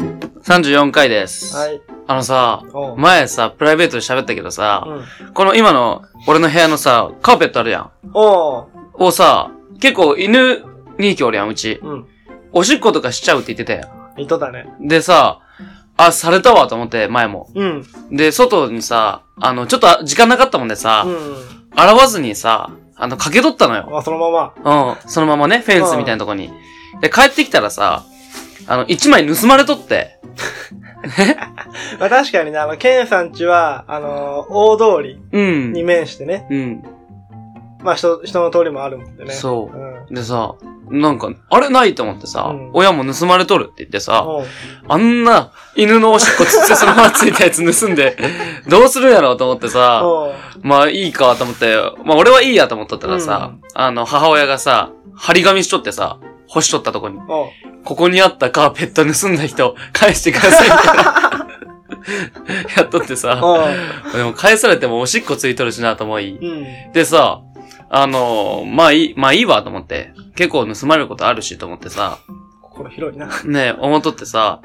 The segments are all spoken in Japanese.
34回です。はい。あのさ、おう。前さ、プライベートで喋ったけどさ、うんこの今の俺の部屋のさ、カーペットあるやん。おう。をさ、結構犬2匹おるやん、うち。うん。おしっことかしちゃうって言ってたや言っとったね。ん。でさ、あ、されたわと思って、前も。うん。で、外にさ、あの、ちょっと時間なかったもんでさ、うん。洗わずにさ、あの、駆け取ったのよ。あ、そのまま。うん。そのままね、フェンスみたいなとこに。で、帰ってきたらさ、あの、1枚盗まれとって。まあ確かにね、あの、ケンさんちは、あのー大通りうん。に面してね。うん。まあ人、人の通りもあるもんでね。。そううん。でさ、なんか、あれないと思ってさ、うん親も盗まれとるって言ってさ、おうあんな犬のおしっこつってそのままついたやつ盗ん で、どうするんやろうと思ってさ、おう。まあいいかと思って、まあ俺はいいやと思っとったらさ、あの母親がさ、張り紙しとってさ、干しとったとこに、おう。ここにあったカーペット盗んだ人、返してくださいみたいな。 やっとってさ、おう。でも返されてもおしっこついとるしなと思い、うん。でさ、あのーまあいい、まあいいわと思って、結構盗まれることあるしと思ってさ、心広いな。ねえ、思っとってさ、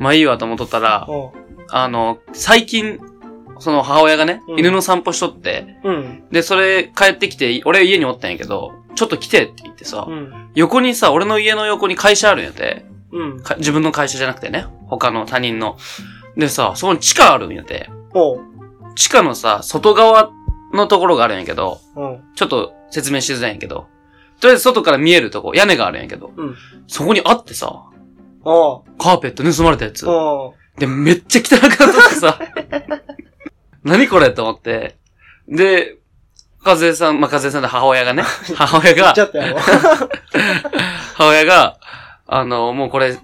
まあいいわと思っとったら、おう。あの最近、その母親がね、うん犬の散歩しとって、うん。で、それ帰ってきて、俺家におったんやけど、ちょっと来てって言ってさ、うん。横にさ、俺の家の横に会社あるんやて、うん。か自分の会社じゃなくてね、他の他人の。でさ、そこに地下あるんやて、おう。地下のさ、外側のところがあるんやけど、おう。ちょっと説明しづらいんやけど、とりあえず外から見えるとこ、屋根があるんやけど、うん。そこにあってさ、おう。カーペット盗まれたやつ。おう。で、めっちゃ汚くなっとってさ、 何これと思って。で、和江さん、まあ、和江さんで母親 がね、母親言がっち、ゃったやろ。母親が、あの、もうこれ、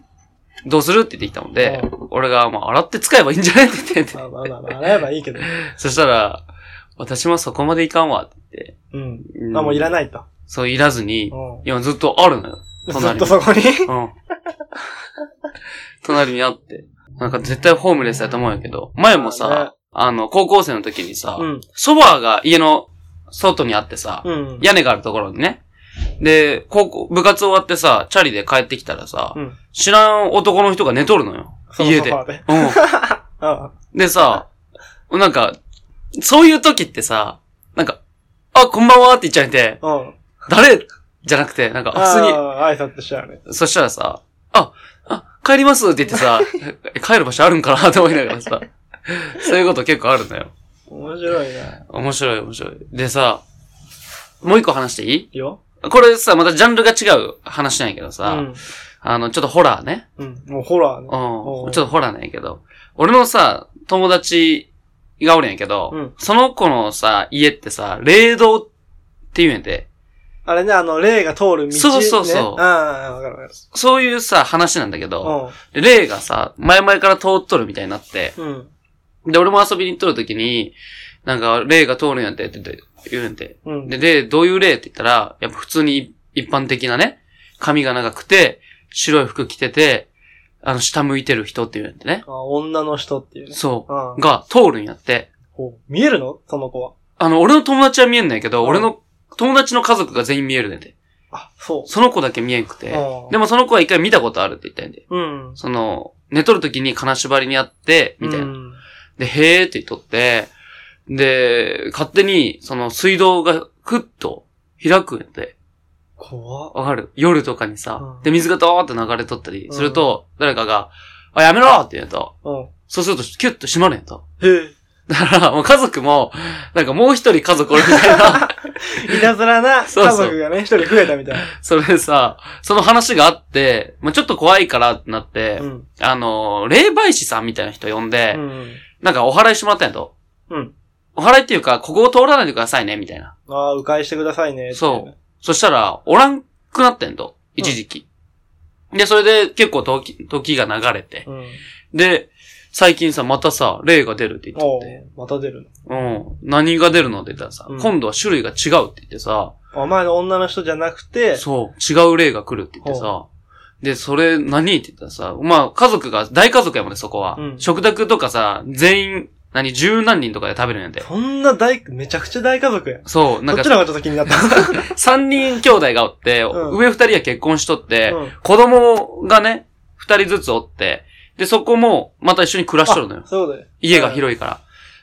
どうするって言ってきたもん でう、俺が、まあ、洗って使えばいいんじゃないって言っててまあまあまあまあ、洗えばいいけど。そしたら、私もそこまでいかんわってうん。言って。まあもういらん。ないと。そう、いらずに、いうん。や、ずっとあるのよ。ずっとそこに。うん。隣にあって。なんか絶対ホームレスだと思うんやけど、前もまあねさ、あの、高校生の時にさ、うん。ソファーが家の外にあってさ、うん。屋根があるところにね。で、高校、部活終わってさ、チャリで帰ってきたらさ、うん知らん男の人が寝とるのよ。その家ソフで。ァーで。ううん。ん。でさ、なんか、そういう時ってさ、なんか、あ、こんばんはって言っちゃって、うん。誰じゃなくて、なんか、普通に、あー挨拶しちゃうね。そしたらさ、あ、あ、帰りますって言ってさ、 え帰る場所あるんかなと思いながらさ、そういうこと結構あるんだよ。面白いな。面白い面白い。でさ、もう一個話していいいいよ。これさ、またジャンルが違う話なんやけどさ、あの、ちょっとホラーね。うん。うん。もうホうラーん。ねち。ょおうっとホラーなんやけど、俺のさ、友達がおるんやけど、うんその子のさ、家ってさ、霊道って言うんやて、あれね、あの、霊が通る道、ね。そうそうそううんうん、わかるわかる。そういうさ、話なんだけど、でう霊がさ、前々から通っとるみたいになって、ん。うん。で、俺も遊びに行っとるときに、なんか、霊が通るんやってって言うんやて。うん。で、霊、どういう霊って言ったら、やっぱ普通に一般的なね、髪が長くて、白い服着てて、あの、下向いてる人って言うんやってね。あ女の人っていうね。そうんう。。が、通るんやって。ほう見えるのその子は。あの、俺の友達は見えんないけど、うん俺の友達の家族が全員見えるねんで。あ、そその子だけ見えんくう。て。うん。でもその子は一回見たことあるって言ったんやで。うん。その、寝とるときに金縛りにあって、みたいなう。ん。で、へーって言っとって、で、勝手に、その水道がクッと開くんやって、怖っ。わかる夜とかにさう、んで、水がドーって流れとったりすると、誰かが、あ、やめろって言うと、うん。そうするとキュッと閉まるんやと。 へだから、もう家族も、なんかもう一人家族おるみたい な、え。いたずらな そう家そう族がね、一人増えたみたいそれでさ、その話があって、まあちょっと怖いからってなってな。う、ん。あの、霊媒師さんみたいな人呼んでう、ん。なんかお祓いしてもらったんやと。うん。お祓いっていうか、ここを通らないでくださいね、みたいな。ああ、迂回してくださいねって。そうそしたら、おらんくなってんと。一時期。で、それで結構時、時が流れて。う。うん。で、最近さ、またさ、霊が出るって言っおとうって。また出るうん。何が出るのって言ったらさ、うん今度は種類が違うって言ってさ、の。お前の女の人じゃなくて、そう、違う霊が来るって言ってさ、で、それ何って言ったらさ、まあ、家族が、大家族やもんね、そこは。うん食卓とかさ、全員、何、十何人とかで食べるんやで。そんな大、めちゃくちゃ大家族やん。そう、なんこかっち、の方がちょっと気になった。三人兄弟がおって、うん上二人は結婚しとって、うん子供がね、二人ずつおって、で、そこも、また一緒に暮らしとるのよ。そうだよ。家が広いから。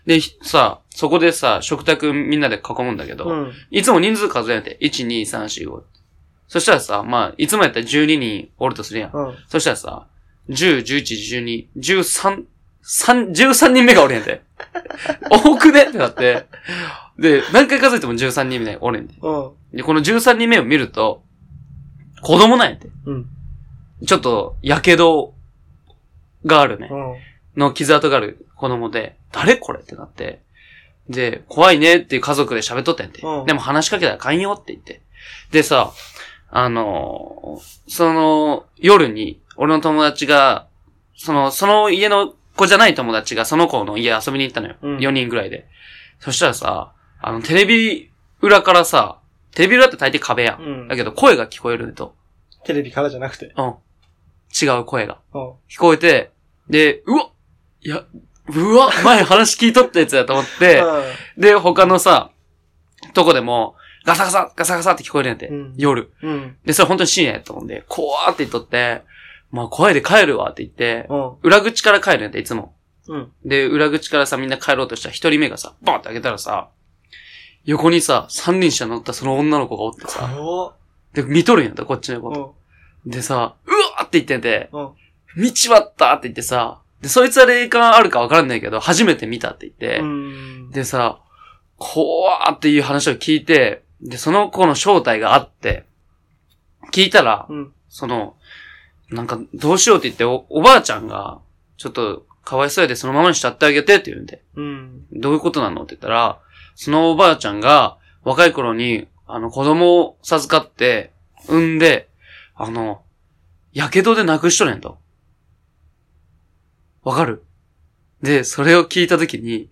で、ひさ、そこでさ、食卓みんなで囲むんだけど、うん。いつも人数数えて、1、2、3、4、5。そしたらさ、まあ、いつもやったら12人おるとするやん。うん。そしたらさ、10、11、12、13、3 13人目がおるんやん て。多くねってなって。で、何回数えても13人目おるんやんて。うん。で、この13人目を見ると、子供なんやて。うん。ちょっと、やけどがあるねう。ん。の傷跡がある子供で、誰これってなって。で、怖いねっていう家族で喋っとったんやて。うんでも話しかけたらあかんよって言って。でさ、あのーその、夜に、俺の友達が、その、その家の子じゃない友達がその子の家遊びに行ったのよ。うん4人ぐらいで。そしたらさ、あの、テレビ裏からさ、テレビ裏って大抵壁やん。うんだけど声が聞こえるのと。テレビからじゃなくて。うん。違う声が。うん。聞こえて、で、うわいや、うわ前話聞いとったやつだと思 って、で、他のさ、とこでも、ガサガサ、ガサガサって聞こえるんやて、うん夜。うん。うん。で、それ本当に深夜やと思うんで、怖ーって言っとって、まあ、声で帰るわって言って、うん。裏口から帰るんやて、いつも。うん。で、裏口からさ、みんな帰ろうとしたら一人目がさ、バーンって開けたらさ、横にさ、三輪車乗ったその女の子がおってさ、怖っで、見とるんやった、こっちのう子。ん。でさ、うわーって言ってて、うん見ちまったって言ってさ、で、そいつは霊感あるかわからんないけど、初めて見たって言って、うん。でさ、怖ーっていう話を聞いて、で、その子の正体があって、聞いたら、うん。その、なんか、どうしようって言って、お、おばあちゃんが、ちょっと、かわいそうやでそのままにしちゃってあげてって言うんで、うん。どういうことなのって言ったら、そのおばあちゃんが若い頃に、あの、子供を授かって、産んで、あの、やけどで亡くしとるんやと。わかるで、それを聞いたときに、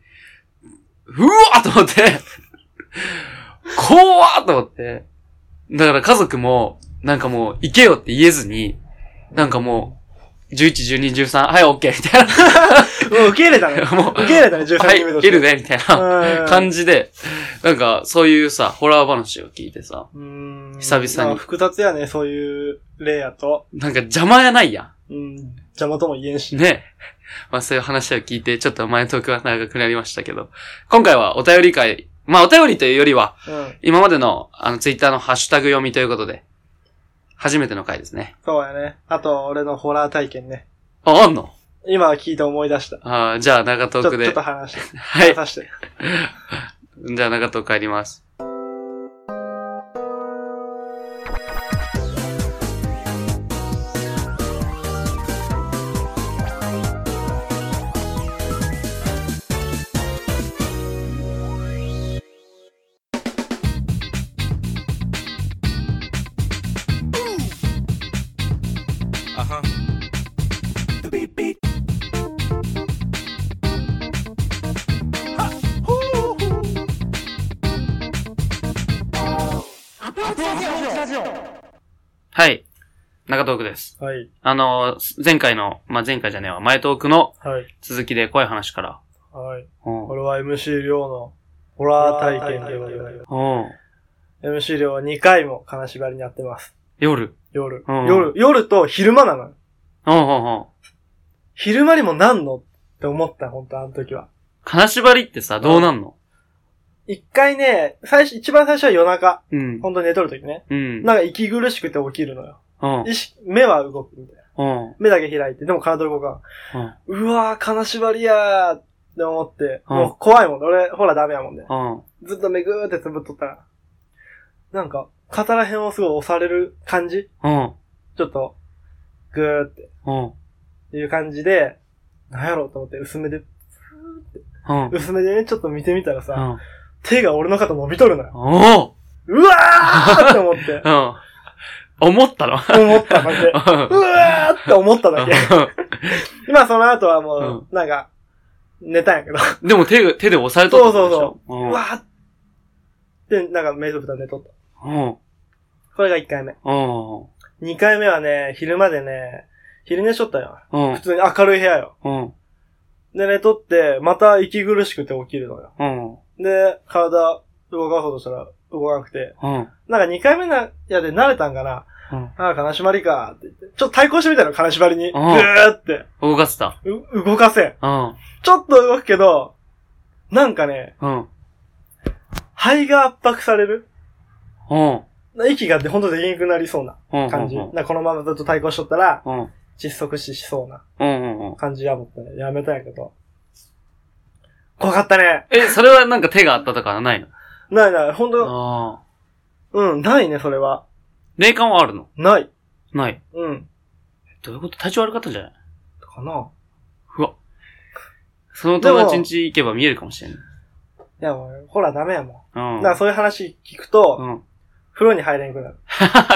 うわーと思って、 怖ーと思って。だから家族も、なんかもう、行けよって言えずに、なんかもう、11、12、13、はい、OK! みたいもう受け入れたね。 な。もう、受け入れたね、13はい、人目いとして。けるねみたいな。感じ。じで、なんか、そういうさ、ホラー話を聞いてさ、うん。久々にまあ複雑やね、そういう例やと。なんか邪魔やないやうん。邪魔とも言えんし。ん。ね。まあそういう話を聞いて、ちょっと前のトークは長くなりましたけど、今回はお便り会、まあお便りというよりは、うん。今までの、あの、ツイッターのハッシュタグ読みということで、初めての回ですね。そうやね。あと、俺のホラー体験ね。あ、あんの今聞いて思い出した。あーじゃあ長トちーょっとクちょっでと、話し て。はい。話して。じゃあ長トーク帰ります。 Uh-huh. はい。長トークです。はい。あの、前回の、まあ、前回じゃねえわ、前トークのはい。続きで怖い話から。はい。うん。俺は MC 寮のホラー体験でございます。うん。 MC 寮は2回も金縛りにやってます。夜。夜。うん夜、夜と昼間なのよ。うんうんうん。昼間にもなんのって思った、本当あの時は。金縛りってさ、どうなんの一回ね、最初、一番最初は夜中。うん。本当に寝とる時ね。うん。なんか息苦しくて起きるのよ。うん。意識、目は動くみたいな。うん。目だけ開いて、でも体動かうん。ん。うわぁ、金縛りやーって思って、うんもう怖いもん。俺、ほらダメやもんね。うん。ずっとめぐーってつぶっとったら。なんか、肩ら辺をすごい押される感じうん。ちょっと、ぐーってうん。いう感じで、なんやろうと思って薄めで、うん。薄めでね、ちょっと見てみたらさ、うん。手が俺の肩伸びとるのよ。おおうわーって思って、うん。思ったの思っただけ。うわーって思っただけ。まあその後はもう、なんか、寝たんやけど、でも手が、手で押されとったってことでしょうわーって、なんか目つぶったら寝とった。うん。これが1回目。うん。 2回目はね、昼までね、昼寝しとったよ。うん。普通に明るい部屋よ。うん。で、寝とって、また息苦しくて起きるのよ。うん。で、体動かそうとしたら動かなくて、うん。なんか2回目な、やで慣れたんかな。うんああ、金縛りか、って言って。ちょっと対抗してみたの、金縛りに。ぐんーって。動かせた。う、動かせ。うん。ちょっと動くけど、なんかね、うん。肺が圧迫される。うん。息がで、ほんとできなくなりそうなうん。感じ。うなんんかこのままずっと対抗しとったら、うん。窒息死しそうなうんうんうん。感じやもったね。やめたんやけど。怖かったね。え、それはなんか手があったとかはないのないない、ほんと、ああ。うん、ないね、それは。霊感はあるのない。ない。うん。どういうこと体調悪かったんじゃないかな。その友達ん家行けば見えるかもしれない。いや、もう、ほら、ダメやもん。うん。だからそういう話聞くと、うん。 風呂に入れんくなる。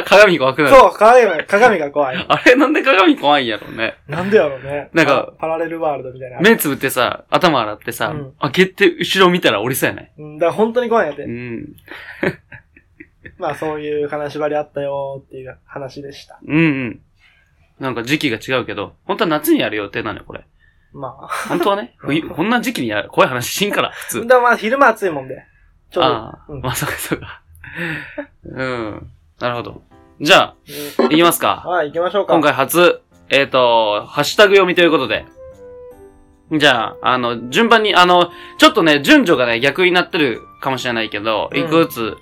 鏡怖くなる。そう、鏡が、鏡が怖い。あれなんで鏡怖いんやろうね。なんでやろうね。 なんかパラ、パラレルワールドみたいな。目つぶってさ、頭洗ってさ、うん開けて後ろ見たらおりそうやないうん、だから本当に怖いんやって。うん。まあそういう金縛りあったよーっていう話でした。うんうん。なんか時期が違うけど、本当は夏にやる予定なのよ、これ。ま本当は ね、冬、こんな時期にやる、怖い話しんから、普あ。通。だまあ昼間暑いもんで。ちょうどああ、うんまさかそうか。うん。なるほど。じゃあ、うん。いきますか。はい、行きましょうか。今。回初、えっ、と、ハッシュタグ読みということで。じゃあ、あの、順番に、あの、ちょっとね、順序がね、逆になってるかもしれないけど、うん一個ずつ、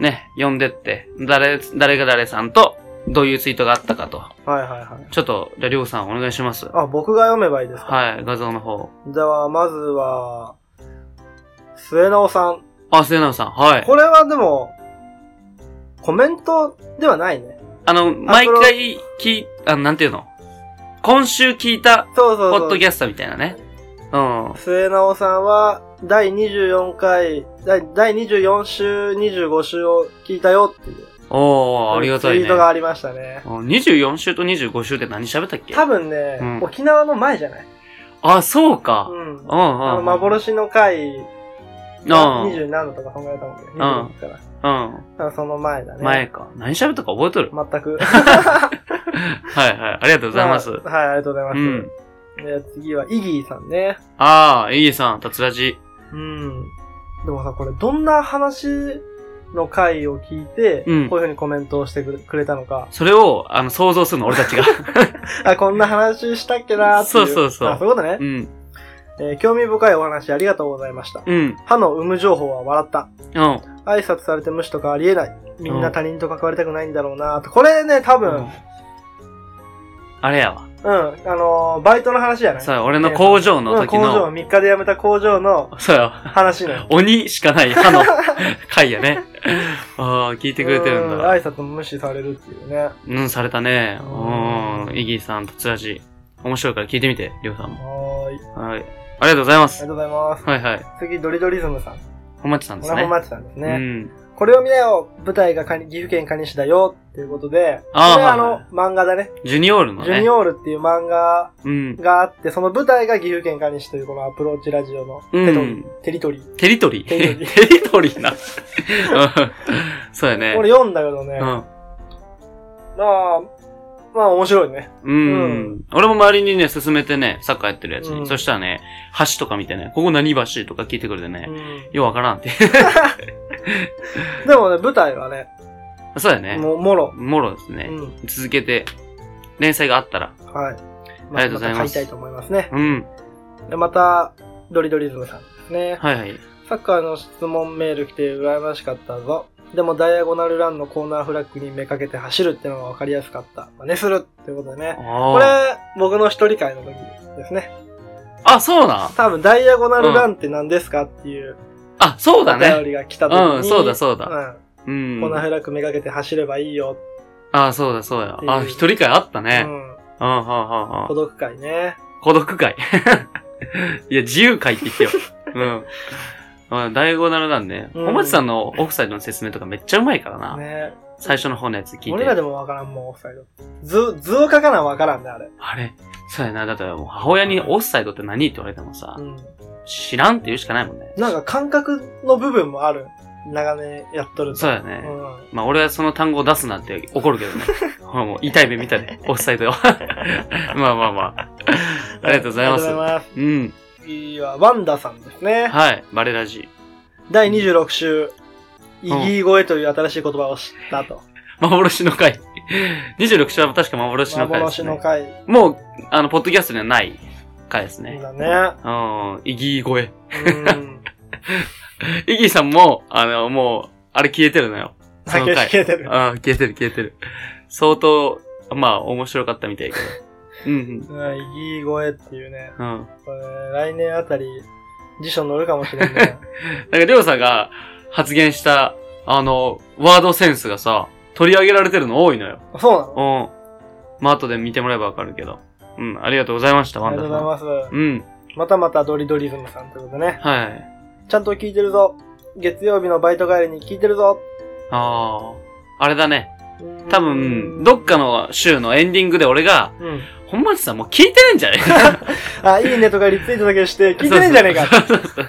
ね、読んでって、誰、誰が誰さんと、どういうツイートがあったかと。はいはいはい。ちょっと、じゃあ、りょうさんお願いします。あ、僕が読めばいいですか。はい、画像の方。じゃあ、まずは、末直さん。あ、末直さん、はい。これはでも、コメントではないね。あの、毎回、き、あの、なんていうの今週聞いた、そうそうポそう。ッドキャストみたいなね。うん。末直さんは、第24回、第第24週、25週を聞いたよっていう。おー、ありがたいツイねー。トがありましたね。うん24週と25週で何喋ったっけ多分ね、うん沖縄の前じゃないあ、そうか。うんう。んうん。あの、幻の回がうん。 27度とか考えたもんね。26から。だうん。からその前だね。前。か。何喋ったか覚え とる全 く。はいはい。ありがとうございます。 はうい、ありがとうございます。ん。で次は、イギーさんね。ああ、いいさん、たつらじ。うん。でもさ、これ、どんな話の回を聞いて、うんこういうふうにコメントをしてくれくれたのか。それを、あの、想像するの、俺た ちが。あ、こんな話したっけなーってそいう。うそうそうあ、そういうことねう。ん。えー興味深いお話ありがとうございました。うん。歯の有無情報は笑った。うん。挨拶されて無視とかありえない。みんな他人と関わりたくないんだろうなと。これね、多分、うん、あれやわ。あのーバイトの話じゃないそう、俺の工場のうん時工場、の。 3日で辞めた工場のそうよ。話の。鬼しかない歯 の回やね。ああ、聞いてくれてるんうだ。挨拶も無視されるっていうね。うん、されたね。うんうん。イギーさん、たつらじ。面白いから聞いてみて、りょうさんも。はーい。あはい。ありがとうございまりすが。とうございます。はいはい。次、ドリドリズムさん。こお待ちさんでれすはね。本町さんですうね。ん。これを見なよ舞台がかに岐阜県蟹市だよっていうことで、あーこれあの、はい漫画だね。ジュニオールのね。ジュニオールっていう漫画うん。があって、その舞台が岐阜県蟹市というこのアプローチラジオのうテトリん。テリトリー。テリトリー。テリトリ テリトリーな。うんそうやね。俺読んだけどね、うまん。あ、まあ面白いね。うん。俺も周りにね、勧めてね、サッカーやってるやつうんに。そしたらね、橋とか見てね、ここ何橋とか聞いてくれてね、うんようわからんって。 でもね、舞台はね、そうやね。もう、もろ。もろですうね。ん。続けて、連載があったら。はあい。りがとうございますた買いたいと思いますね。うん。で、また、ドリドリズムさんですね。はいはい。サッカーの質問メール来て羨ましかったぞ。でもダイアゴナルランのコーナーフラッグにめかけて走るってのが分かりやすかった。真似するってことでね。これああ。、僕の一人会の時ですね。あ、そうなん。多分、ダイアゴナルランって何ですかっていうあ、そうおだね便。りが来た時に。うんそうだそうだうんうんコーナーフラッグめがけて走ればいいよ。あ、そうだそうやって。いうあ、一人会あったうね。うん。ん、うん、うん、う孤ん。独会ね。孤独会。 いや、自由会って言 ってよ。うん。うん、大五なるなんで。うんおまちさんのオフサイドの説明とかめっちゃうまいからな。ね最初の方のやつ聞俺らいでて。もわからんもん、オフサイド。図、図を書かなわからんね、あれ。あれそうやな。だってもう母親にオフサイドって何って言われてもさう、ん。知らんって言うしかないもんね。なんか感覚の部分もある。長年やっとると。そうやうね。ん。まあ俺はその単語を出すなんて怒るけど ね。ほらもう痛い目見たね。オフサイドよ。まあまあまあ。ありがとうございますありがとうございます。うん。次は、ワンダさんですね。はい。バレラジ。第26週、イんギー声という新しい言葉を知ったと。 幻の回。 26章は確か幻の回です、幻ね。の回もう、あの、ポッドキャストにはない回ですね。だね。うん、イギー超え。うん。イギーさんも、あの、もう、あれ消えてるのよ。 その回消えてる。ああ、消えてる消えてる。相当、まあ、面白かったみたいけど。うんうん、いい声っていうね。うん。うん。これ、来年あたり、辞書載るかもしれんね。 なんか、りょうさんが発言した、あの、ワードセンスがさ、取り上げられてるの多いのよ。あそうなのうん。まあ、後で見てもらえばわかるけど。うん、ありがとうございました、あワンりダがさ。とうんございます。うん。またまたドリドリズムさんということでね。はい。ちゃんと聞いてるぞ。月曜日のバイト帰りに聞いてるぞ。ああ。あれだね。うーん多分、どっか。の週のエンディングで俺が、うん。本町さんもう聞いてるんじゃねあ、いいねとかリツイートだけして、 聞いてねえんじゃねえか。 そうそうそう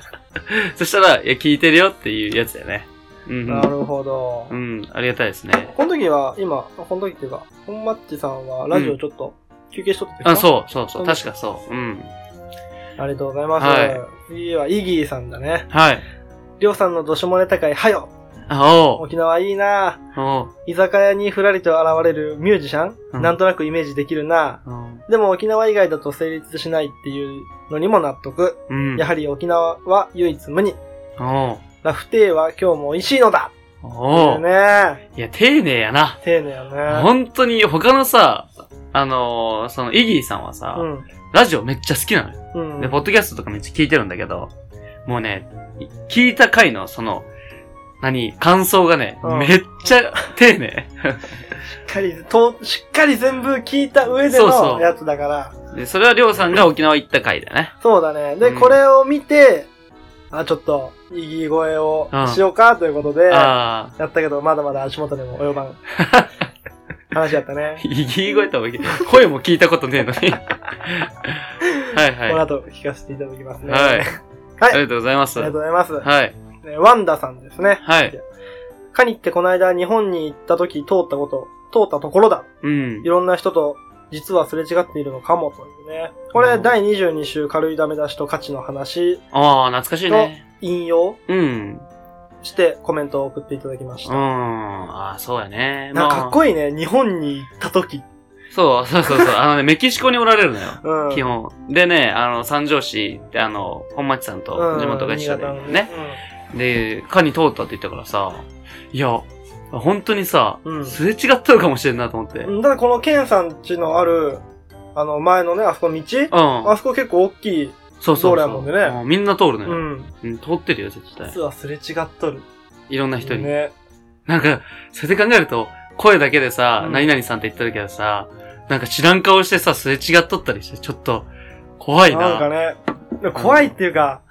そしたら、いや、聞いてるよっていうやつだよね。うん、う。なんるほどう。ん、ありがたいですね。この時は、今、この時っていうか、本マッチさんはラジオちょっと休憩しとったでしょあ、そう、そうそう、そう確かそう。うん。ありがとうございます。はい次はイギーさんだね。はい。りょうさんのどしもネタ会、はよあ、おう、沖縄いいなおう、居酒屋にふらりと現れるミュージシャン、うんなんとなくイメージできるなおうでも沖縄以外だと成立しないっていうのにも納得。うん。やはり沖縄は唯一無二。おう、ラフテーは今日も美味しいのだおう。ねいや、丁寧やな。丁寧やね。本当に、他のさ、あのー、その、イギーさんはさ、ラジオめっちゃ好きなのよ。うん。うん。で、ポッドキャストとかめっちゃ聞いてるんだけど、もうね、い聞いた回のその、何、感想がね、うんめっちゃ丁寧。しっかりと、しっかり全部聞いた上でそうそのうやつだから。でそれはりょうさんが沖縄行った回だね。そうだね。で、うんこれを見て、あ、ちょっと、いぎ声をしようかということで、やあったけど、まだまだ足元でも 及ばん。話やったあ、。ねいぎ声とは言え声も聞いたことねえのに。 はいこはのい。後聞かせていただきますね。はいあり。ありがとうございまがす。とはうございます。い。ねワンダさんですね。はい。カニってこの間日本に行った時通ったこと、通ったところだ。うんい。ろんな人と実はすれ違っているのかもというね。これ、うん第22週軽いダメ出しと価値の話、ああ、懐かしいね。引用うん。してコメントを送っていただきましうん。た。ああ、そうやね。なんかかっいこいいね。日本に行った時。い。そう、そうそうそう。あのね、メキシコにおられるのよ。うん。基本。でね、あの、三条市ってあの、本町さんとうん。地元が一緒で新潟のね。。で、カニ通ったって言ったからさ、いや、本当にさ、うんすれ違ったのかもしれんなと思って。うん。ただこのケンさんちのある、あの、前のね、あそこ道うん。あそこ結構大きい。そうそうそう。道路やもんでねうみんな通るのうよ。ん。うん、通ってるよ、絶対。実はすれ違っとる。いろんな人に。ね。なんか、それで考えると、声だけでさ、うん何々さんって言ってるけどさ、なんか知らん顔してさ、すれ違っとったりして、ちょっと、怖いな。なんかね、怖いっていうか、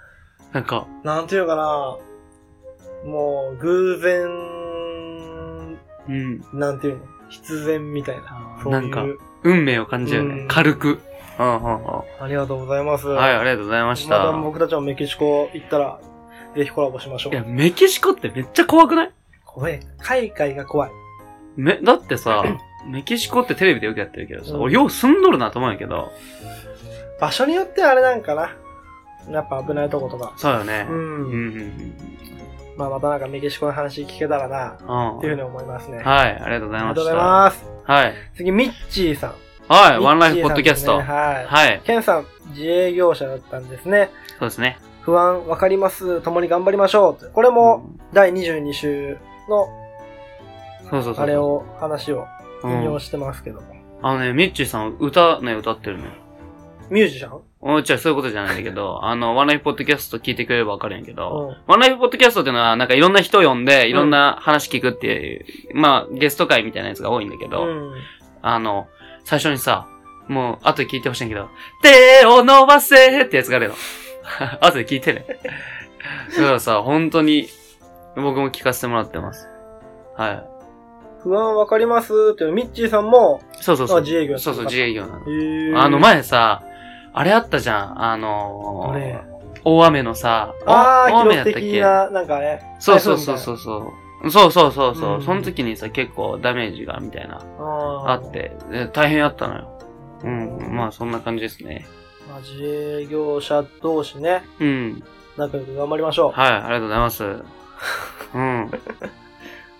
なんか、なんていうのかな、もう、偶然、うん。なんていうの、必然みたいな。あーそうないんか、う。運命を感じるようねん。軽く。うんうんうん。はありがとうございます。い、はい。ありがとうございましまたた。僕たちもメキシコ行ったら、ぜひコラボしましょいや、う。メキシコってめっちゃ怖くない怖い。海外が怖い。め、だってさ、 メキシコってテレビでよくやってるけどさ、うん俺よう住んどるなと思うんやけど、場所によってはあれなんかな。やっぱ危ないとことか。そうよねう。。うんんうんうん。まあまたなんかメキシコの話聞けたらな、うんっていうふうに思いますね。あはい、ありがとうございりまがとしうございた。ます。はい。次、ミッチーさん。はい、ワンライミフポッドッチーさんキでャすスねト。はい。はい、ケンさん、自営業者だったんですね。そうですね。不安、わかります。共に頑張りましょう。これも、第22週の、そうそうそう。あれを、話をう引用ん、してますけども。あのね、ミッチーさん歌ね、歌ってるのよ。ミュージシャンおじゃあそういうことじゃないんだけど、あの、ワンライフポッドキャスト聞いてくれればわかるんやけど、うん。ワンライフポッドキャストっていうのは、なんかいろんな人呼んで、いろんな話聞くっていう、まあ、ゲスト会みたいなやつが多いんだけど、うん。あの、最初にさ、もう、後で聞いてほしいんやけど、手を伸ばせってやつがあるの。 後で聞いてね。 だからさ、本当に、僕も聞かせてもらってます。はい。不安、わかります。っていう、ミッチーさんも、そうそうそう。あ自営業そうそう、自営業なのへ。ーあの、前さ、あれあったじゃん。あのーあれ。大雨のさ、あ大ー、記雨や録ったっ的けな、なんかね。そうそうそうそうそう。そうそうそうそう。うんその時にさ、結構ダメージが、みたいな、ああっ。て、で大変やったのよ。うん、まあそんな感じですね。まあ、自営業者同士ね、うん。仲良く頑張りましょう。はい、ありがとうござい ます。うん。は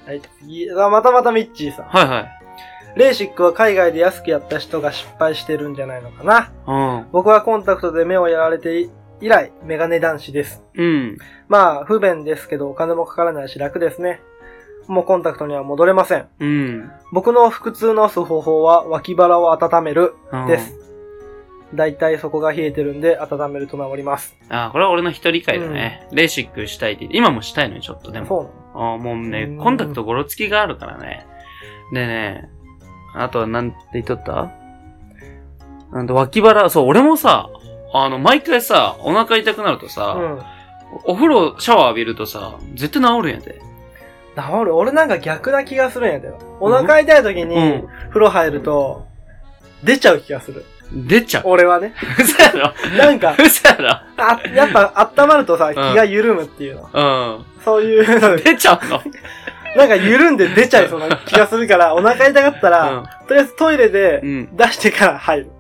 いはい、次。あまたまたミッチーさん。はい。レーシックは海外で安くやった人が失敗してるんじゃないのかな。うん。僕はコンタクトで目をやられて以来、メガネ男子です。うん。まあ、不便ですけど、お金もかからないし楽ですね。もうコンタクトには戻れません。うん。僕の腹痛の治す方法は、脇腹を温める、うんです。。だいたいそこが冷えてるんで、温めると治ります。あーこれは俺の一人会だね。レーシックしたいって言って、今もしたいのよ、ちょっとでも。そうあーもうねうん、コンタクトゴロつきがあるからね。でね、あとはなんて言っとったなんと脇腹、そう、俺もさ、あの、毎回さ、お腹痛くなるとなさ、の。うん。お風呂、シャワー浴びるとさ、絶対治るんやで。治る。俺なんか逆な気がするんやけど。お腹痛い時うに、ん。風呂入ると、出ちゃう気がする。出ちゃう。俺はね。嘘やろなんか、嘘やあ、やっぱ温まるとさ、気が緩むっていうの。ろそういううの ん。、出ちゃうのなんか緩んで出ちゃいそうな気がする から、お腹痛かったら、とりあえずトイレでうん。うん。出してから入る。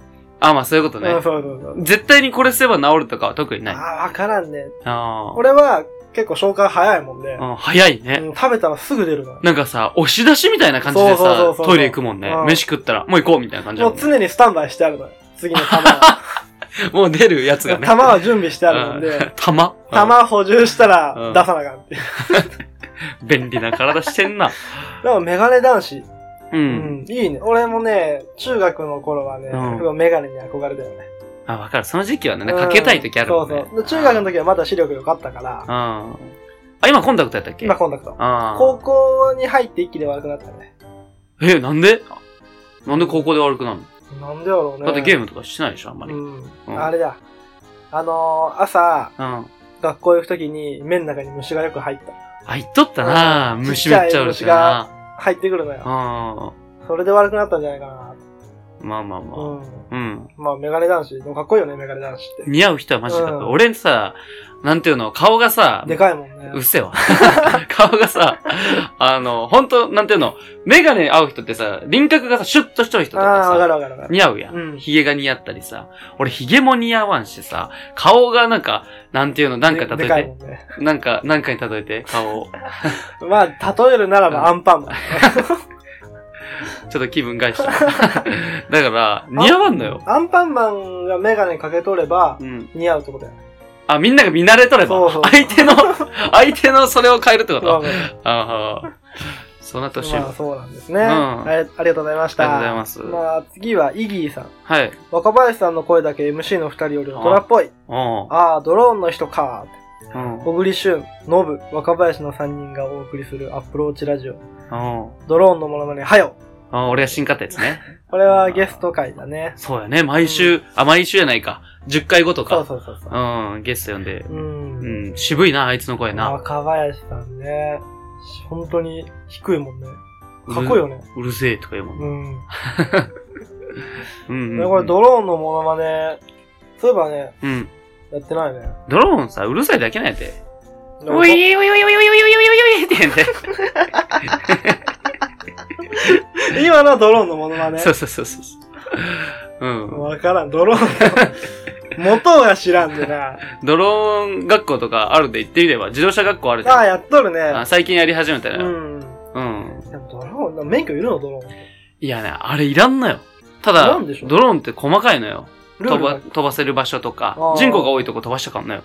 あ、まあそういうことうん、ねそう。そうそう。絶対にこれすれば治るとかは特にない。あああ、わからんね。あー。俺は結構消化早いもんで、うん、早いね。うん食べたらすぐ出るの。なんかさ、押し出しみたいな感じでそうそうそさう、そうトイレ行くもんねうん。飯食ったら、もう行こうみたいな感じだももんうね常にスタンバイしてあるのよ。次の玉もう出るやつがを。ね。玉は準備してあるもんうんで、玉玉補充したうらん出さなあかんっていう。便利な体してんな。でもメガネ男子、う。うんん、いいね。俺もね、中学の頃はね、うん結構メガネに憧れたよね。あ、わかる。その時期はね、かけたい時あるもんうねん。そうそう。で中学の時はまだ視力良かったからうん。、あ、今コンタクトやったっけ今コンタクト。ああ。高校に入って一気で悪くなったね。え、なんでなんで高校で悪くなるなんでやろうのね。だってゲームムとかしてないでしょ、あんまり。うん。う。うんんあれだ。あのー、朝、あ、学校行く時に目の中に虫がよく入った。言っとったなうん虫めっちゃおるしな。入ってくるのうん。よ。まそれで悪くなったんじゃないかな。あまあうまん。あ。うん。まあ、メガネ男子。でもかっこいいよね、メガネ男子って。似合う人はマジでかっこいいうん俺さ、なんていうの、顔がさ、でかいもんねうっ。せえわ。 顔がさ、あの、本当なんていうの、メガネ合う人ってさ、輪郭がさ、シュッとしとる人あとあ、わかかるわかるわかさ、る。似合うやん。うんヒゲが似合ったりさ、俺ヒゲも似合わんしさ、顔がなんか、なんていうの、なんかで例でえかいても、んね。なんか、なんかに例えて、顔を。まあ、例えるならばアンパンマン。ちょっと気分返した。 だから、似合わんのよ。アンパンマンがメガネかけとればう、ん。似合うってことやね。あ、みんなが見慣れとれそうばそう、相手の、相手のそれを変えるってこまあとああ、そうなってほしいわ。まあ、そうなんですね、んあれ。ありがとうございました。ありがとうございますまあ、次はイギーさん。はい。若林さんの声だけ MC の二人より大人っぽい。おうああー、ドローンの人か。うん。小栗旬、ノブ、若林の三人がお送りするアプローチラジオ。おうドローンのものまね、はよ。あ俺が新買ったやつね。これはゲスト会だね。そうやね。毎週、あ、毎週やないか。10回後とそうか。そうそうそう。うん、ゲスト呼んで。うん。うん、渋いな、あいつの声な。若林さんね。本当に低いもんね。かっこいいよね。うるせえとか言うもんうね。ん。うん、でうん。これドローンのものまね、そういえばね、うん。やってないね。ドローンさ、うるさいだけなんやて。でもおいおいおいおいおいおいおいおいって言うんで。今のはドローンのものまね。そうそうそうそう。うん。わからん、ドローンの元が知らんでな。 ドローン学校とかあるで行ってみれば、自動車学校あるじあゃあ、ん。やっとるあね。最近やり始めたうら。うん。ん。でもドローン、免許いるのドローン。いやね、あれいらんのよ。たいらだんでしょ、ドローンって細かいのよ。ルー飛ルばが、飛ばせる場所とかあー、人口が多いとこ飛ばしたかんのよ。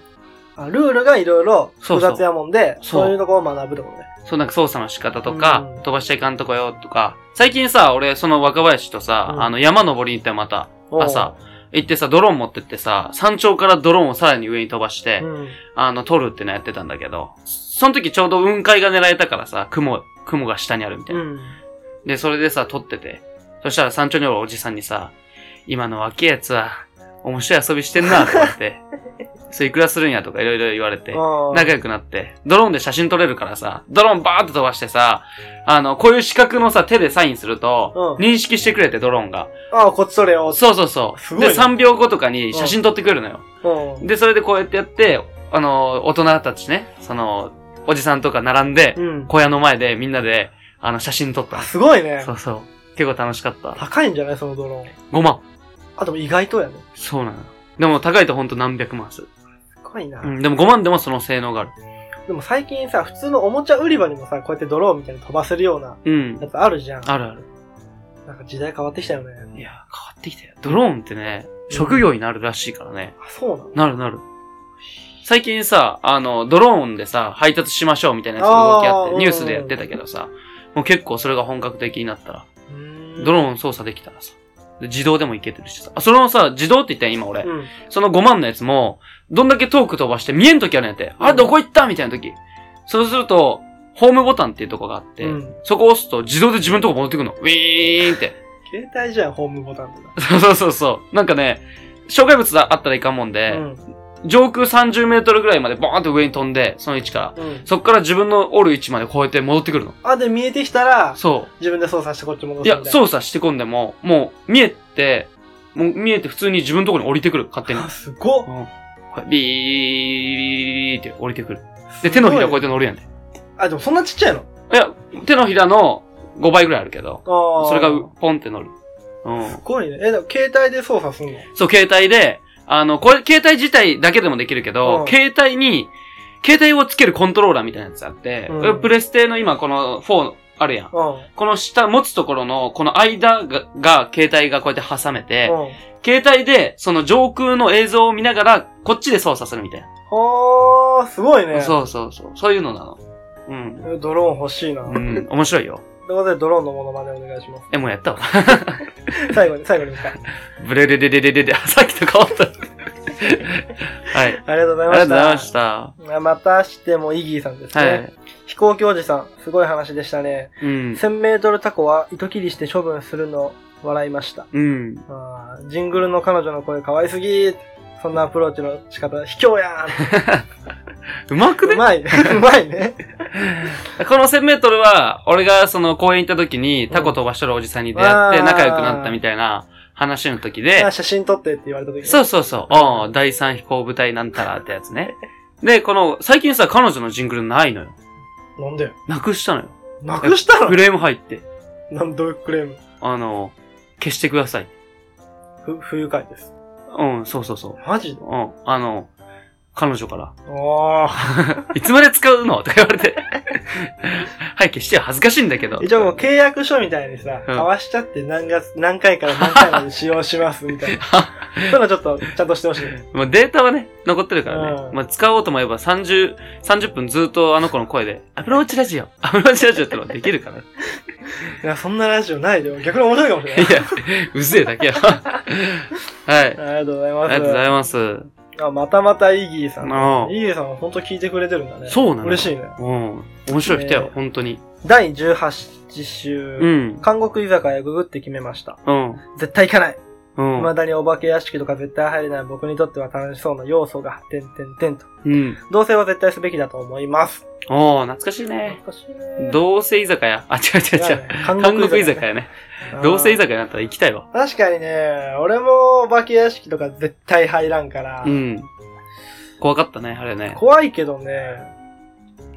あルールがいろいろそうそ複う雑やもんで、そうそういうとこを学ぶってことね。そう、なんか操作の仕方とかうん、飛ばしちゃいかんとこよとか、最近さ、俺、その若林とさう、んあの、山登りに行ったよ、また。おう朝、行ってさ、ドローン持ってってさ、山頂からドローンをさらに上に飛ばして、うん。あの、撮るってのやってたんだけど、その時ちょうど雲海が狙えたからさ、雲、雲が下にあるみたいうな。ん。で、それでさ、撮ってて、そしたら山頂におるおじさんにさ、今の若いやつは、面白い遊びしてんな、とか って、それいくらするんやとかいろいろ言われて、仲仲良くなって、ドローンで写真撮れるからさ、ドローンバーって飛ばしてさ、あの、こういう四角のさ、手でサインすると、う認識してくれて、ドローンが。ああ、こっちそれを。そうそうそすう。ごいで、ね3秒後とかに写真撮ってくれるのよ。うん。で、それでこうやってやって、あの、大人たちね、その、おじさんとか並んでう、ん。小屋の前でみんなで、あの、写真撮ったあ、。すごいねそ。うそう。結構楽しかった。高いんじゃないそのドローン。 5万。あ、でも意外とやね。そうなの。でも高いとほんと何百万する。すごいなう。ん、でも5万でもその性能がある。でも最近さ、普通のおもちゃ売り場にもさ、こうやってドローンみたいに飛ばせるようなうんや。つあるじゃん。あるある。なんか時代変わってきたよね。いや、変わってきたよ。ドローンってね、職業になるらしいからね。あ、そうなのなるなる。最近さ、あの、ドローンでさ、配達しましょうみたいなやつが動きあっあーて、ニュースでやってたけどさ、もう結構それが本格的になったら、うーんドローン操作できたらさ、で自動でもいけてるしさ、あ、そのさ、自動って言ったやん今俺。うん。その5万のやつも、どんだけ遠く飛ばして見えん時あるんやって、あれどこ行ったみたいな時。そうすると、ホームボタンっていうとこがあって、うんそこを押すと自動で自分のとこ戻ってくるの。ウィーンって。携帯じゃん、ホームボタンとそか。うそうそうそう。なんかね、障害物だあったらいかんもんで、うん。上空30メートルぐらいまでボーンって上に飛んで、その位置から。うん。そっから自分のおる位置まで超えて戻ってくるの。あ、で、見えてきたら、そ自分で操作してこっち戻う。すみいたいやな。、操作して込んでも、もう見えて、もう見えて普通に自分のところに降りてくる、勝 手に。あすごっはいビーって降りてくる。で、手のひらこうやって乗るやんで。あ、でもそんなちっちゃいのいや、手のひらの5倍ぐらいあるけど、ああ。それがうポンって乗る。うん。すごいね。え、でも携帯で操作すんのそう、携帯で、あの、これ、携帯自体だけでもできるけど、うん携帯に、携帯をつけるコントローラーみたいなやつあって、うんプレステの今この4あるやん。うん。この下、持つところの、この間が、が携帯がこうやって挟めて、うん。携帯で、その上空の映像を見ながら、こっちで操作するみたいな。はー、すごいね。そうそうそう。そういうのなの。 うん。えドローン欲しいな。う、というん面白いよ。ことで、ドローンのものまねお願いしまえ、もうやったわ。 す。最後に、最後に見た。ありブレレレレレレレ、 あさっきと変わった。はい。がとうございありがとうごましざいた。ました。またしてもイギーさんですね。はい。飛行機おじさん、すごい話でしたね。うん。 1000メートルタコは糸切りして処分するの笑いました。うん。あージングルの彼女の声可愛すぎーそんなアプローチの仕方、卑怯やうま くーんうね まい。うまいね。この1000メートルは、俺がその公園行った時にタコ飛ばしとるおじさんに出会っうてん仲良くなったみたいな話の時であ、写真撮ってって言われた時にそうそうそう、ああ第3飛行部隊なんたらってやつ ね。で、この、最近さ、彼女のジングルないのよ。なんでなくしたのよ。なくし たのクレーム入って。なんどういうクレームあの、消してください。ふ、不愉快です。うん、そうそうそマジでう。うん、あの、彼女から。おー。いつまで使うのとか言われて。はい、消してよ恥ずかしいんだけど。 一応もう契約書みたいにさ、うん交わしちゃって何月、何回から何回まで使用しますみ たいな。そういうのちょっと、ちゃんとしてほしいね。まあ、データはね、残ってるからね。うんまあ、使おうと思えば30、30分ずっとあの子の声で、アプローチラジオ、 アプローチラジオってのができるから。いいや、そんなラジオないでよ。逆に面白いかもしれない。や、うぜえだけや。はい。 ありがとうございまあす。りがとうございます。うあ、またまたイギーさんああね。イギーさんは本当聞いてくれてるんだね。そうなの嬉しいん。ね。面白い人ねよ、本当に。第18週、うん。韓国居酒屋ググって決めました。うん。絶対行かない。うん。未だにお化け屋敷とか絶対入れない僕にとっては楽しそうな要素が、てんてんてんと。うん。同棲は絶対すべきだと思います。おー、懐かしいね。懐かしいねどうせ居酒屋。あ、違う違う違う。韓韓国居屋酒屋ね。どうせ居酒屋だったら行きたいわ。屋確かにね、俺もお化け屋敷とか絶対入らんから、うん。怖かったね、あれね。怖いけどね、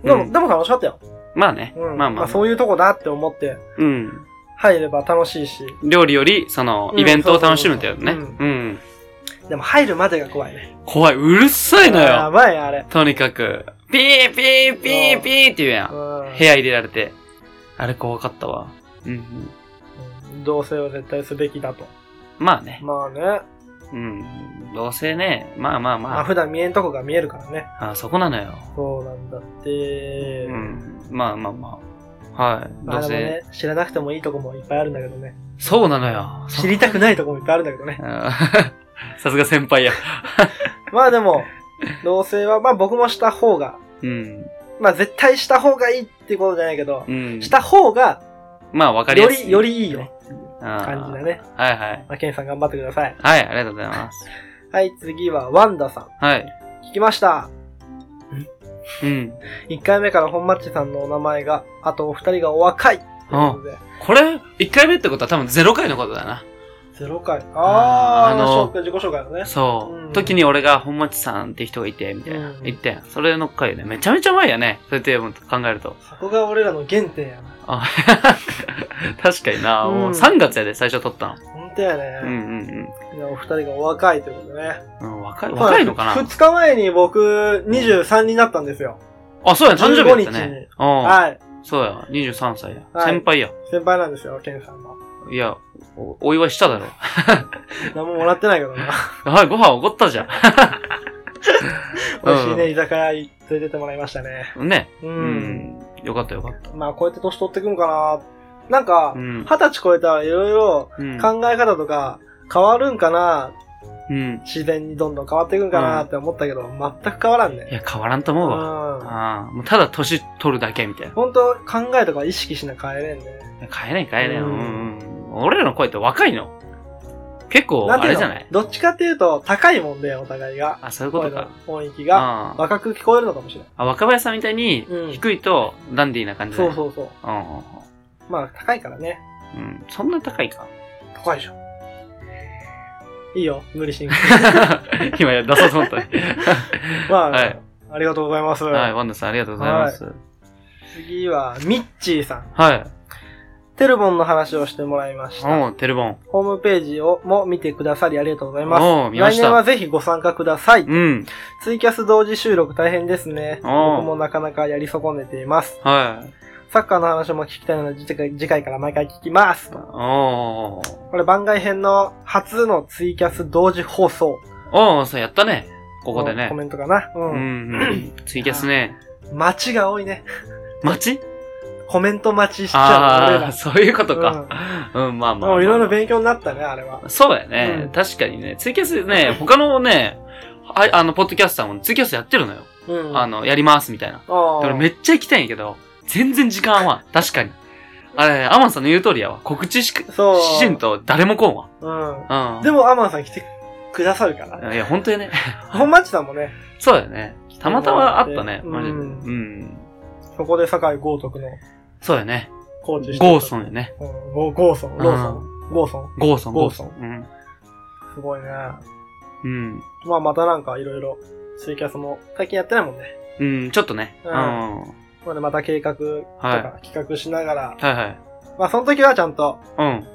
でも、うんでも楽しかったよ。まあね。うん、まあまあ。そういうとこだって思ってうん。入れば楽しいし、料理より、その、うんイベントを楽しむってやつね。そうそうそううん。でも入るまでが怖いね。怖い。うるさいのやよ。ばい、あれ。とにかく。ピーピーピーピーって言うや。うんん部屋入れられて。あれ怖かったわ。うんうん。同棲は絶対すべきだと。まあね。まあね。うん。どうせね、まあまあまあま普段見えんとこが見えるからね。あ。あそこなのよ。そうなんだって。ううん。ん。まあまあまあ。はい。まどあうせ。でもね、知らなくてもいいとこもいっぱいあるんだけどね。そう なのよ。そ知りたくないとこもいっぱいあるんだけどね。 うんさすが先輩や。まあでも、同棲は、まあ僕もした方が、うん。まあ絶対した方がいいっていうことじゃないけどう、んし。た方が、まあわかりよやすい。り、よりいいよ。感感じだ。ね。はいはい。まあケンさん頑張ってください。はい、ありがとうございます。はい、次はワンダさん。はい。聞きました。うん。 1回目から本マッチさんのお名前が、あとお二人がお若い。ということで。これ、1回目ってことは多分0回のことだな。ゼロ回。あー、あーあの紹介自己紹介のね。そう。うん時に俺が本町さんって人がいて、みたいな。うん言ってん。それの回ね。めちゃめちゃ前やね。そうやって考えると。そこが俺らの原点やな。あ 確かにな。もううん3月やで、最初撮ったの。本当うやんね。うんいやお二人がお若いということでね。うんうん。若い、若いのかまあな二日前に僕、23になったんですよ。あ、そうや、誕生日やったね。うん。はい。そうや、23歳や。はい先輩や。先輩なんですよ、ケンさんの。いや、おお祝いしただろ。 何ももらってないけどな。はい、ご飯おごったじゃ美味しいね、 う居酒屋に連れてってもらいましたね。ん。ね。う。うんん。よかったよかった。まあ、こうやって年取ってくんかな。なんかう、ん。二十歳超えたらいろいろうん。考え方とか変わるんかな。うん。自然にどんどん変わっていくんかなって思ったけど、全く変わらんいね。や、変わらんと思うわ。うん。ああ、もうただ年取るだけみたいな。本当考えとか意識しな変えれんね。変えない変えない。ううんんうん。俺らの声って若いの結構、なんあていうれのじゃないどっちかっていうと高いもんで、お互いが。あ、そういうこ声とのか。音域があ若く聞こえるのかもしれない。あ、若林さんみたいにうん低いとダンディーな感じだそねうそうそう。うんうんまあ、高いからね。うん。うん。そんな高いか。 高いでしょ。いいよ、無理しんく 今や出そうと思ったね。まあ、はいありがとうございます。はい、ワンダさんありがとうございます。次は、ミッチーさん。はい。テルボンの話をしてもらいました。おう、テルボン。ホームページをも見てくださりありがとうございます。おう、見ま来し年はた。ぜひご参加ください。うん。ツイキャス同時収録大変ですね。僕おうもなかなかやり損ねています。はい。サッカーの話も聞きたいので次回次回から毎回聞きます。おー。これ番外編の初のツイキャス同時放送。おー、そうやったね。ここでのねコ。メントかな。う。うんんうん。ツイキャスね。街が多いね。街コメント待ちしちゃう。俺あらあ、そういうことか。うん、まあまあまもあ。ういろいろ勉強になったね、あれは。そうやね、うん確かにね。ツイキャスね、他のね、ああの、ポッドキャスターもツイキャスやってるのよ。うん。あの、やりますみたいな。あ俺ーめっちゃ行きたいんやけど、全然時間は。確かに。あれ、アマンさんの言う通りやわ。告知しか、そう。しんと誰も来んわ。う。うんん。でも、アマンさん来てくださるから。いや、本当にね。本町さんもね、そうだよね。たまたまあったね。うんマジで。うん。そこで酒井豪徳のそうだよね。コーチしてたゴーソンよね。うんゴゴーソン、ローソン、ゴーソン。ゴーソン、ゴゴーーソソンン。すごいね。うん。まあ、またなんかいろいろ、ツイキャスも最近やってないもんね。うん。うん、ちょっとね。ううんん。はまあねまた計画とか企画しながら、いはい。まあ、その時はちゃんと、うん。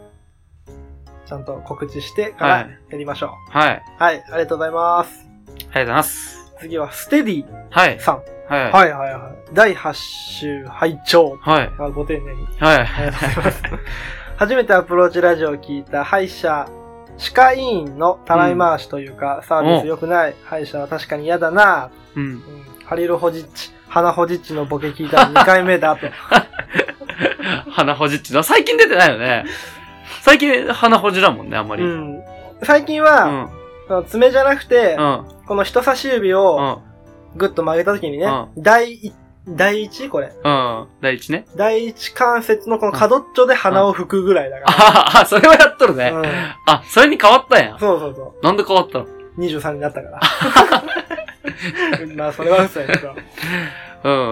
ちゃんと告知してからはいやりましょはい。ありう。はい、ありがとうございまがす。とうございます。次は、ステディはい。さん。はい。はいはいはい。第8週、拝聴。はい。あご丁寧に。はい。ありがとうござ います。初めてアプローチラジオを聞いた歯医者、歯科医院のたらい回しというか、サービス良くない。歯医者は確かに嫌だな、うん。うん、ハリルホジッチ、花ホジッチのボケ聞いたの2回目だと。鼻ほじっちな。最近出てないよね。最近鼻ほじだもんね、 あんまり。ううん。ん、最近うは、ん。その爪じゃなくて、うん。この人差し指うをん。グッと曲げた時にね、う第一第一これ。うん。第一ね。第一関節のこの角っちょで鼻を拭くぐらいだあかはは、それはやっとるね。ら。うん、あ、それに変わったんや。そうそうそなんで変わったのう。23になった から。まあ、それは嘘やけど。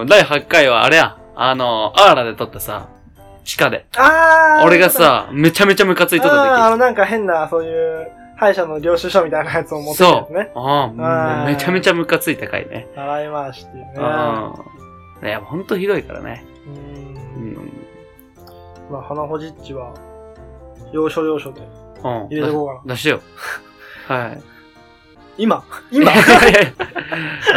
うん、第8回はあれや、あの、アーラで撮ったさ、地下で。あー俺が、さ、めちゃめちゃムカついとっあーあのたなんか変な、そういう、歯医者の領収書みたいなやつを持っ時。てたやそつう。ね。ああーあ、めちゃめちゃムカついた回ね。洗い回しっていうね。うん。いや、ほんとひどいからね。う。うんん。まあ、花ほじっちは、要所要所でうん。入れてこ うかな。出してよ。 はい。今今いやいやいや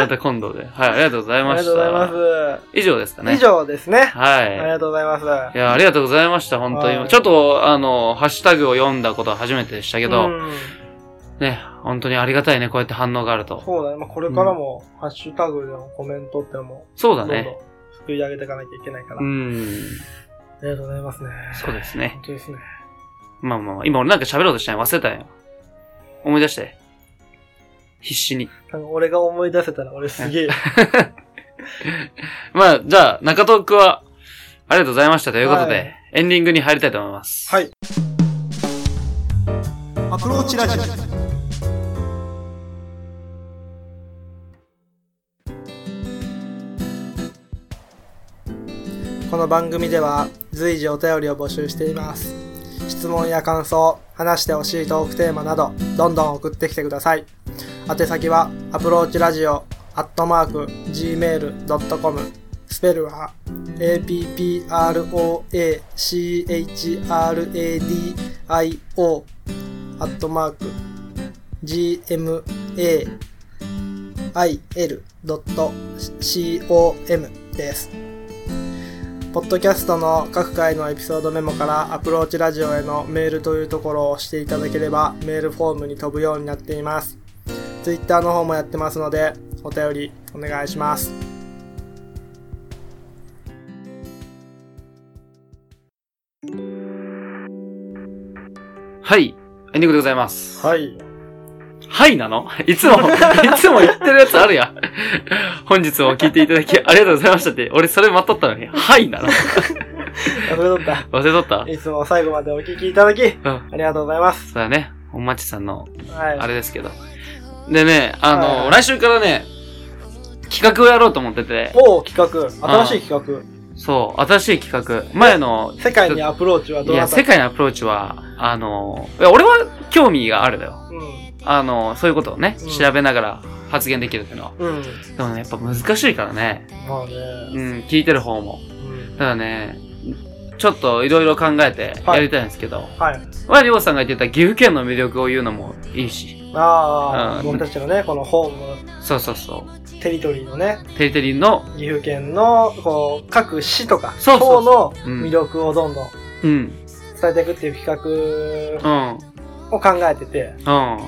また今度で。はい、ありがとうございあまりがした。とうございま以上ですかす。ね。以。上ですね。ありはがとうございます。い。いや、ありがとうございました、本当はいに。ちょっと、あの、ハッシュタグを読んだことは初めてでしたけど、うんね、本当にありがたいね、こうやって反応があると。そうだね。まあ、これからも、ハッシュタグでのコメントってのも、そうどだんどんね。作り上げていかなきゃいけないから。うあん。りがとうございますね。そうですね本。当ですね。まあまあまあ、今俺なんか喋ろうとしたんや忘れたんや。思い出して。必死に。多分俺が思い出せたら俺すげえ。まあ、じゃあ、中トークは、ありがとうございましたということで、はいエンディングに入りたいと思います。はい。アプローチラジオこの番組では随時お便りを募集しています質問や感想話してほしいトークテーマなどどんどん送ってきてください宛先はアプローチラジオアットマーク gmail.com スペルは approachradio アットマーク gmail.com ですポッドキャストの各回のエピソードメモからアプローチラジオへのメールというところを押していただければメールフォームに飛ぶようになっています。Twitter の方もやってますのでお便りお願いします。はい。エンディングでございます。はい。はいなのいつも、いつも言ってるやつあるやん。本日も聞いていただきありがとうございましたって。俺それ待っとったのに、はいなの忘れとっ忘れとったた。いつも最後までお聞きいただきうん。ありがとうございまそす。うだね。おまちさんの、はい。あれですけど。でね、あの、はい来週からね、企画をやろうと思ってて、おお、企画。新しい企そう、新しい企画。前の画。、世界にアプローチはいどうなや、った世界のアプローチは、あの、いや俺は興味があるだよ。うん。あの、そういうことをね、うん調べながら発言できるっていうのは。うん。でもね、やっぱ難しいからね。まあね。うん、聞いてる方も。うん。ただね、ちょっといろいろ考えてはいやりたいんですけど、はい。まあ、りょうさんが言ってた岐阜県の魅力を言うのもいいし、ああ、うん僕たちのね、このホーム、そうそうそう、テリトリーのね、てりてりの、岐阜県の、こう、各市とか、そうそうのうん魅力をどんどんうん、伝えていくっていう企う画ん、うん。を考えてて、だか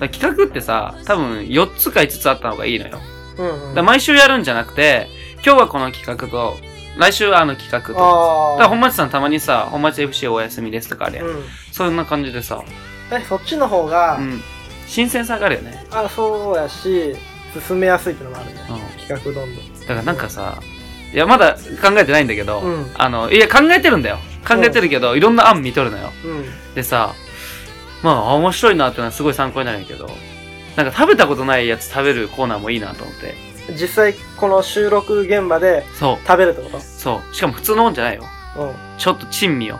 ら企画ってさ、多分4つか5つあった方がいいのよ。だかうん、うん。ら毎週やるんじゃなくて、今日はこの企画と、来週はあの企画と。だからああ、本町さんたまにさ、本町 FC お休みですとかあるやん。うん。そんな感じでさ、えそっちの方が、うん。新鮮さがあるよね。あそうやし、進めやすいっていうのもあるね。うん。企画どんどん。だからなんかさ、いやまだ考えてないんだけど、うんあの、いや考えてるんだよ。考えてるけど、いろんな案見とるのよ。うん。でさ、まあ面白いなってのはすごい参考になるんやけど、なんか食べたことないやつ食べるコーナーもいいなと思って。実際、この収録現場でそう。食べるってこそう。しかも普通のもんじゃないよ。とうん。ちょっと珍味よ。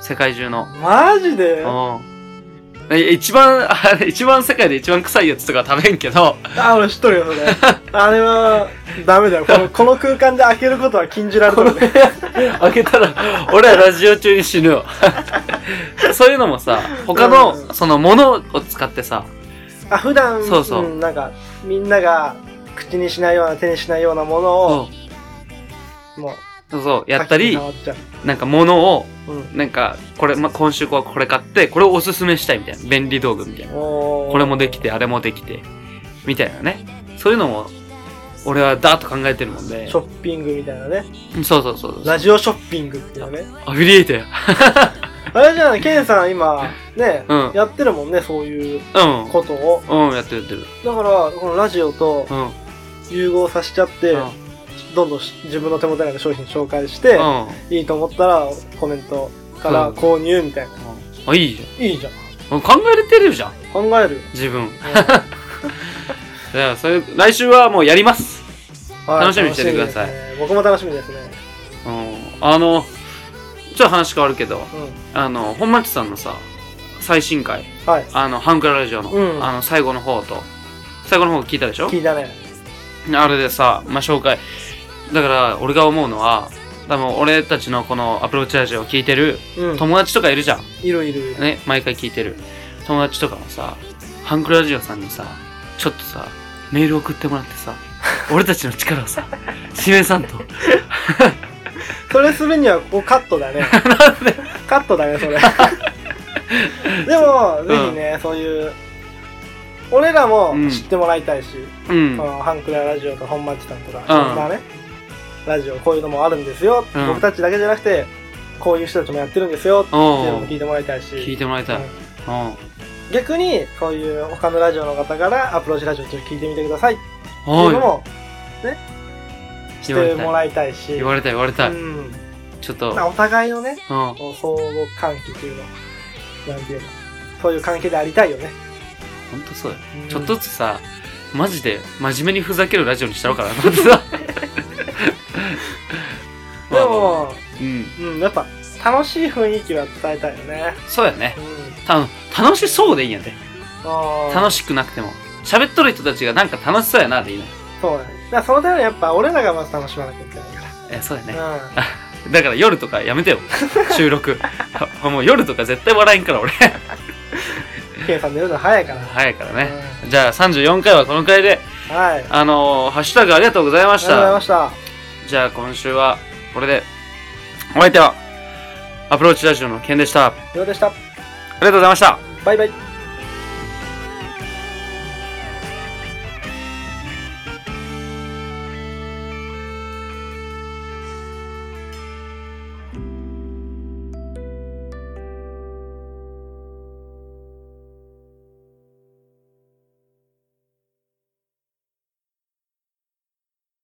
世界中の。マジでうん。え一番、 あれ、一番世界で一番臭いやつとか食べんけど、あ、俺知っとるよ、 それ。あれは、ダメだよ。このこの空間で開けることは禁じられてるね。開けた ら、俺はラジオ中に死ぬよ。 そういうのもさ、他うの、んその、ものを使ってさ、あ、普段、そうそうんなんか、みんなが口にしないような、手にしないようなものを、そもう、うそう、やったりさ、きに触っちなんか物を、ゃううん。なんか、これ、ま、今週こうこれ買って、これをおすすめしたいみたいな。便利道具みたいな。おーこれもできて、あれもできて、みたいなね。そういうのも、俺はダーッと考えてるもんで。シそョッピングみたいなね。うそうそうそう。ラジオショッピングっていうね。アフィリエイトや。あれじゃあ、ケンさん今、ね、うんやってるもんね、そういううことを。ん。うん、やってるやってる。だから、このラジオとうん。うん。融合させちゃって、どんどんし自分の手元にある商品紹介して、うん。いいと思ったらコメントから購入みたいな。あ、いいじいいじゃん。ゃん。考えれてるじゃん。考えるよ。自分。じゃあ、そういう、来週はもうやります。は い楽しみにしててください楽しみですね僕も楽しみですね。うん。あの、ちょっと話変わるけど、うあの、本町さんのさ、最新回。ん。はい。あの、ハンクララジオの、うんあの、最後の方と、最後の方聞いたでしょ聞いたね。あれでさ、まあ、紹介。だから、俺が思うのは、多分俺たちのこのアプローチラジオを聞いてるうん。友達とかいるじゃん。いるいるいる。ね、毎回聞いてる。友達とかもさ、ハンクラジオさんにさ、ちょっとさ、メール送ってもらって さ、俺たちの力をさ、示さんと。それするにはここカッ トだね。カットだね、それ。でも、んぜひね、そういう、俺らもうん知ってもらいたいし、うんこ。のハンクララジオと本町さんとか、んそんなね、ラジオこういうのもあるんですよ、うん僕たちだけじゃなくて、こういう人たちもやってるんですよ、っていうのおもう聞いてもらいたいし。聞いてもらいたい。うんうん。逆にそういう他のラジオの方からアプローチラジオちょっと聞いてみてくださいっていおうのい。もねしてもらいたいし言われたい言われたうい。んちょっと、まあお互いのねうん。こう相互関係っていうのなんていうのそういう関係でありたいよね、ほんとそうだよ。うんちょっとずつさ、マジで真面目にふざけるラジオにしたろうかなと思って さ。でも、うん。うん、やっぱ楽しい雰囲気は伝えたいよねそうやねう。た楽しそうでいいんやで。ん楽ししくなくても。喋っとる人たちがなんか楽しそうやなでいいの。そうだねだからそのためにやっぱ俺らがまず楽しまなきゃいけないかえ、そうやね。ら、だから夜とかやめ てよ。収録。もう夜とか絶対笑えんから俺。うんケイさん寝るの早いから、早いから ね。じゃあ34回はこのくらいで、うんはいありがあのーハッシュタグありがとうございましとうございた。ましたじゃあ今週はこれでお相手は、アプローチラジオのケンでした。ありようでした。がとうございました。バイバイ。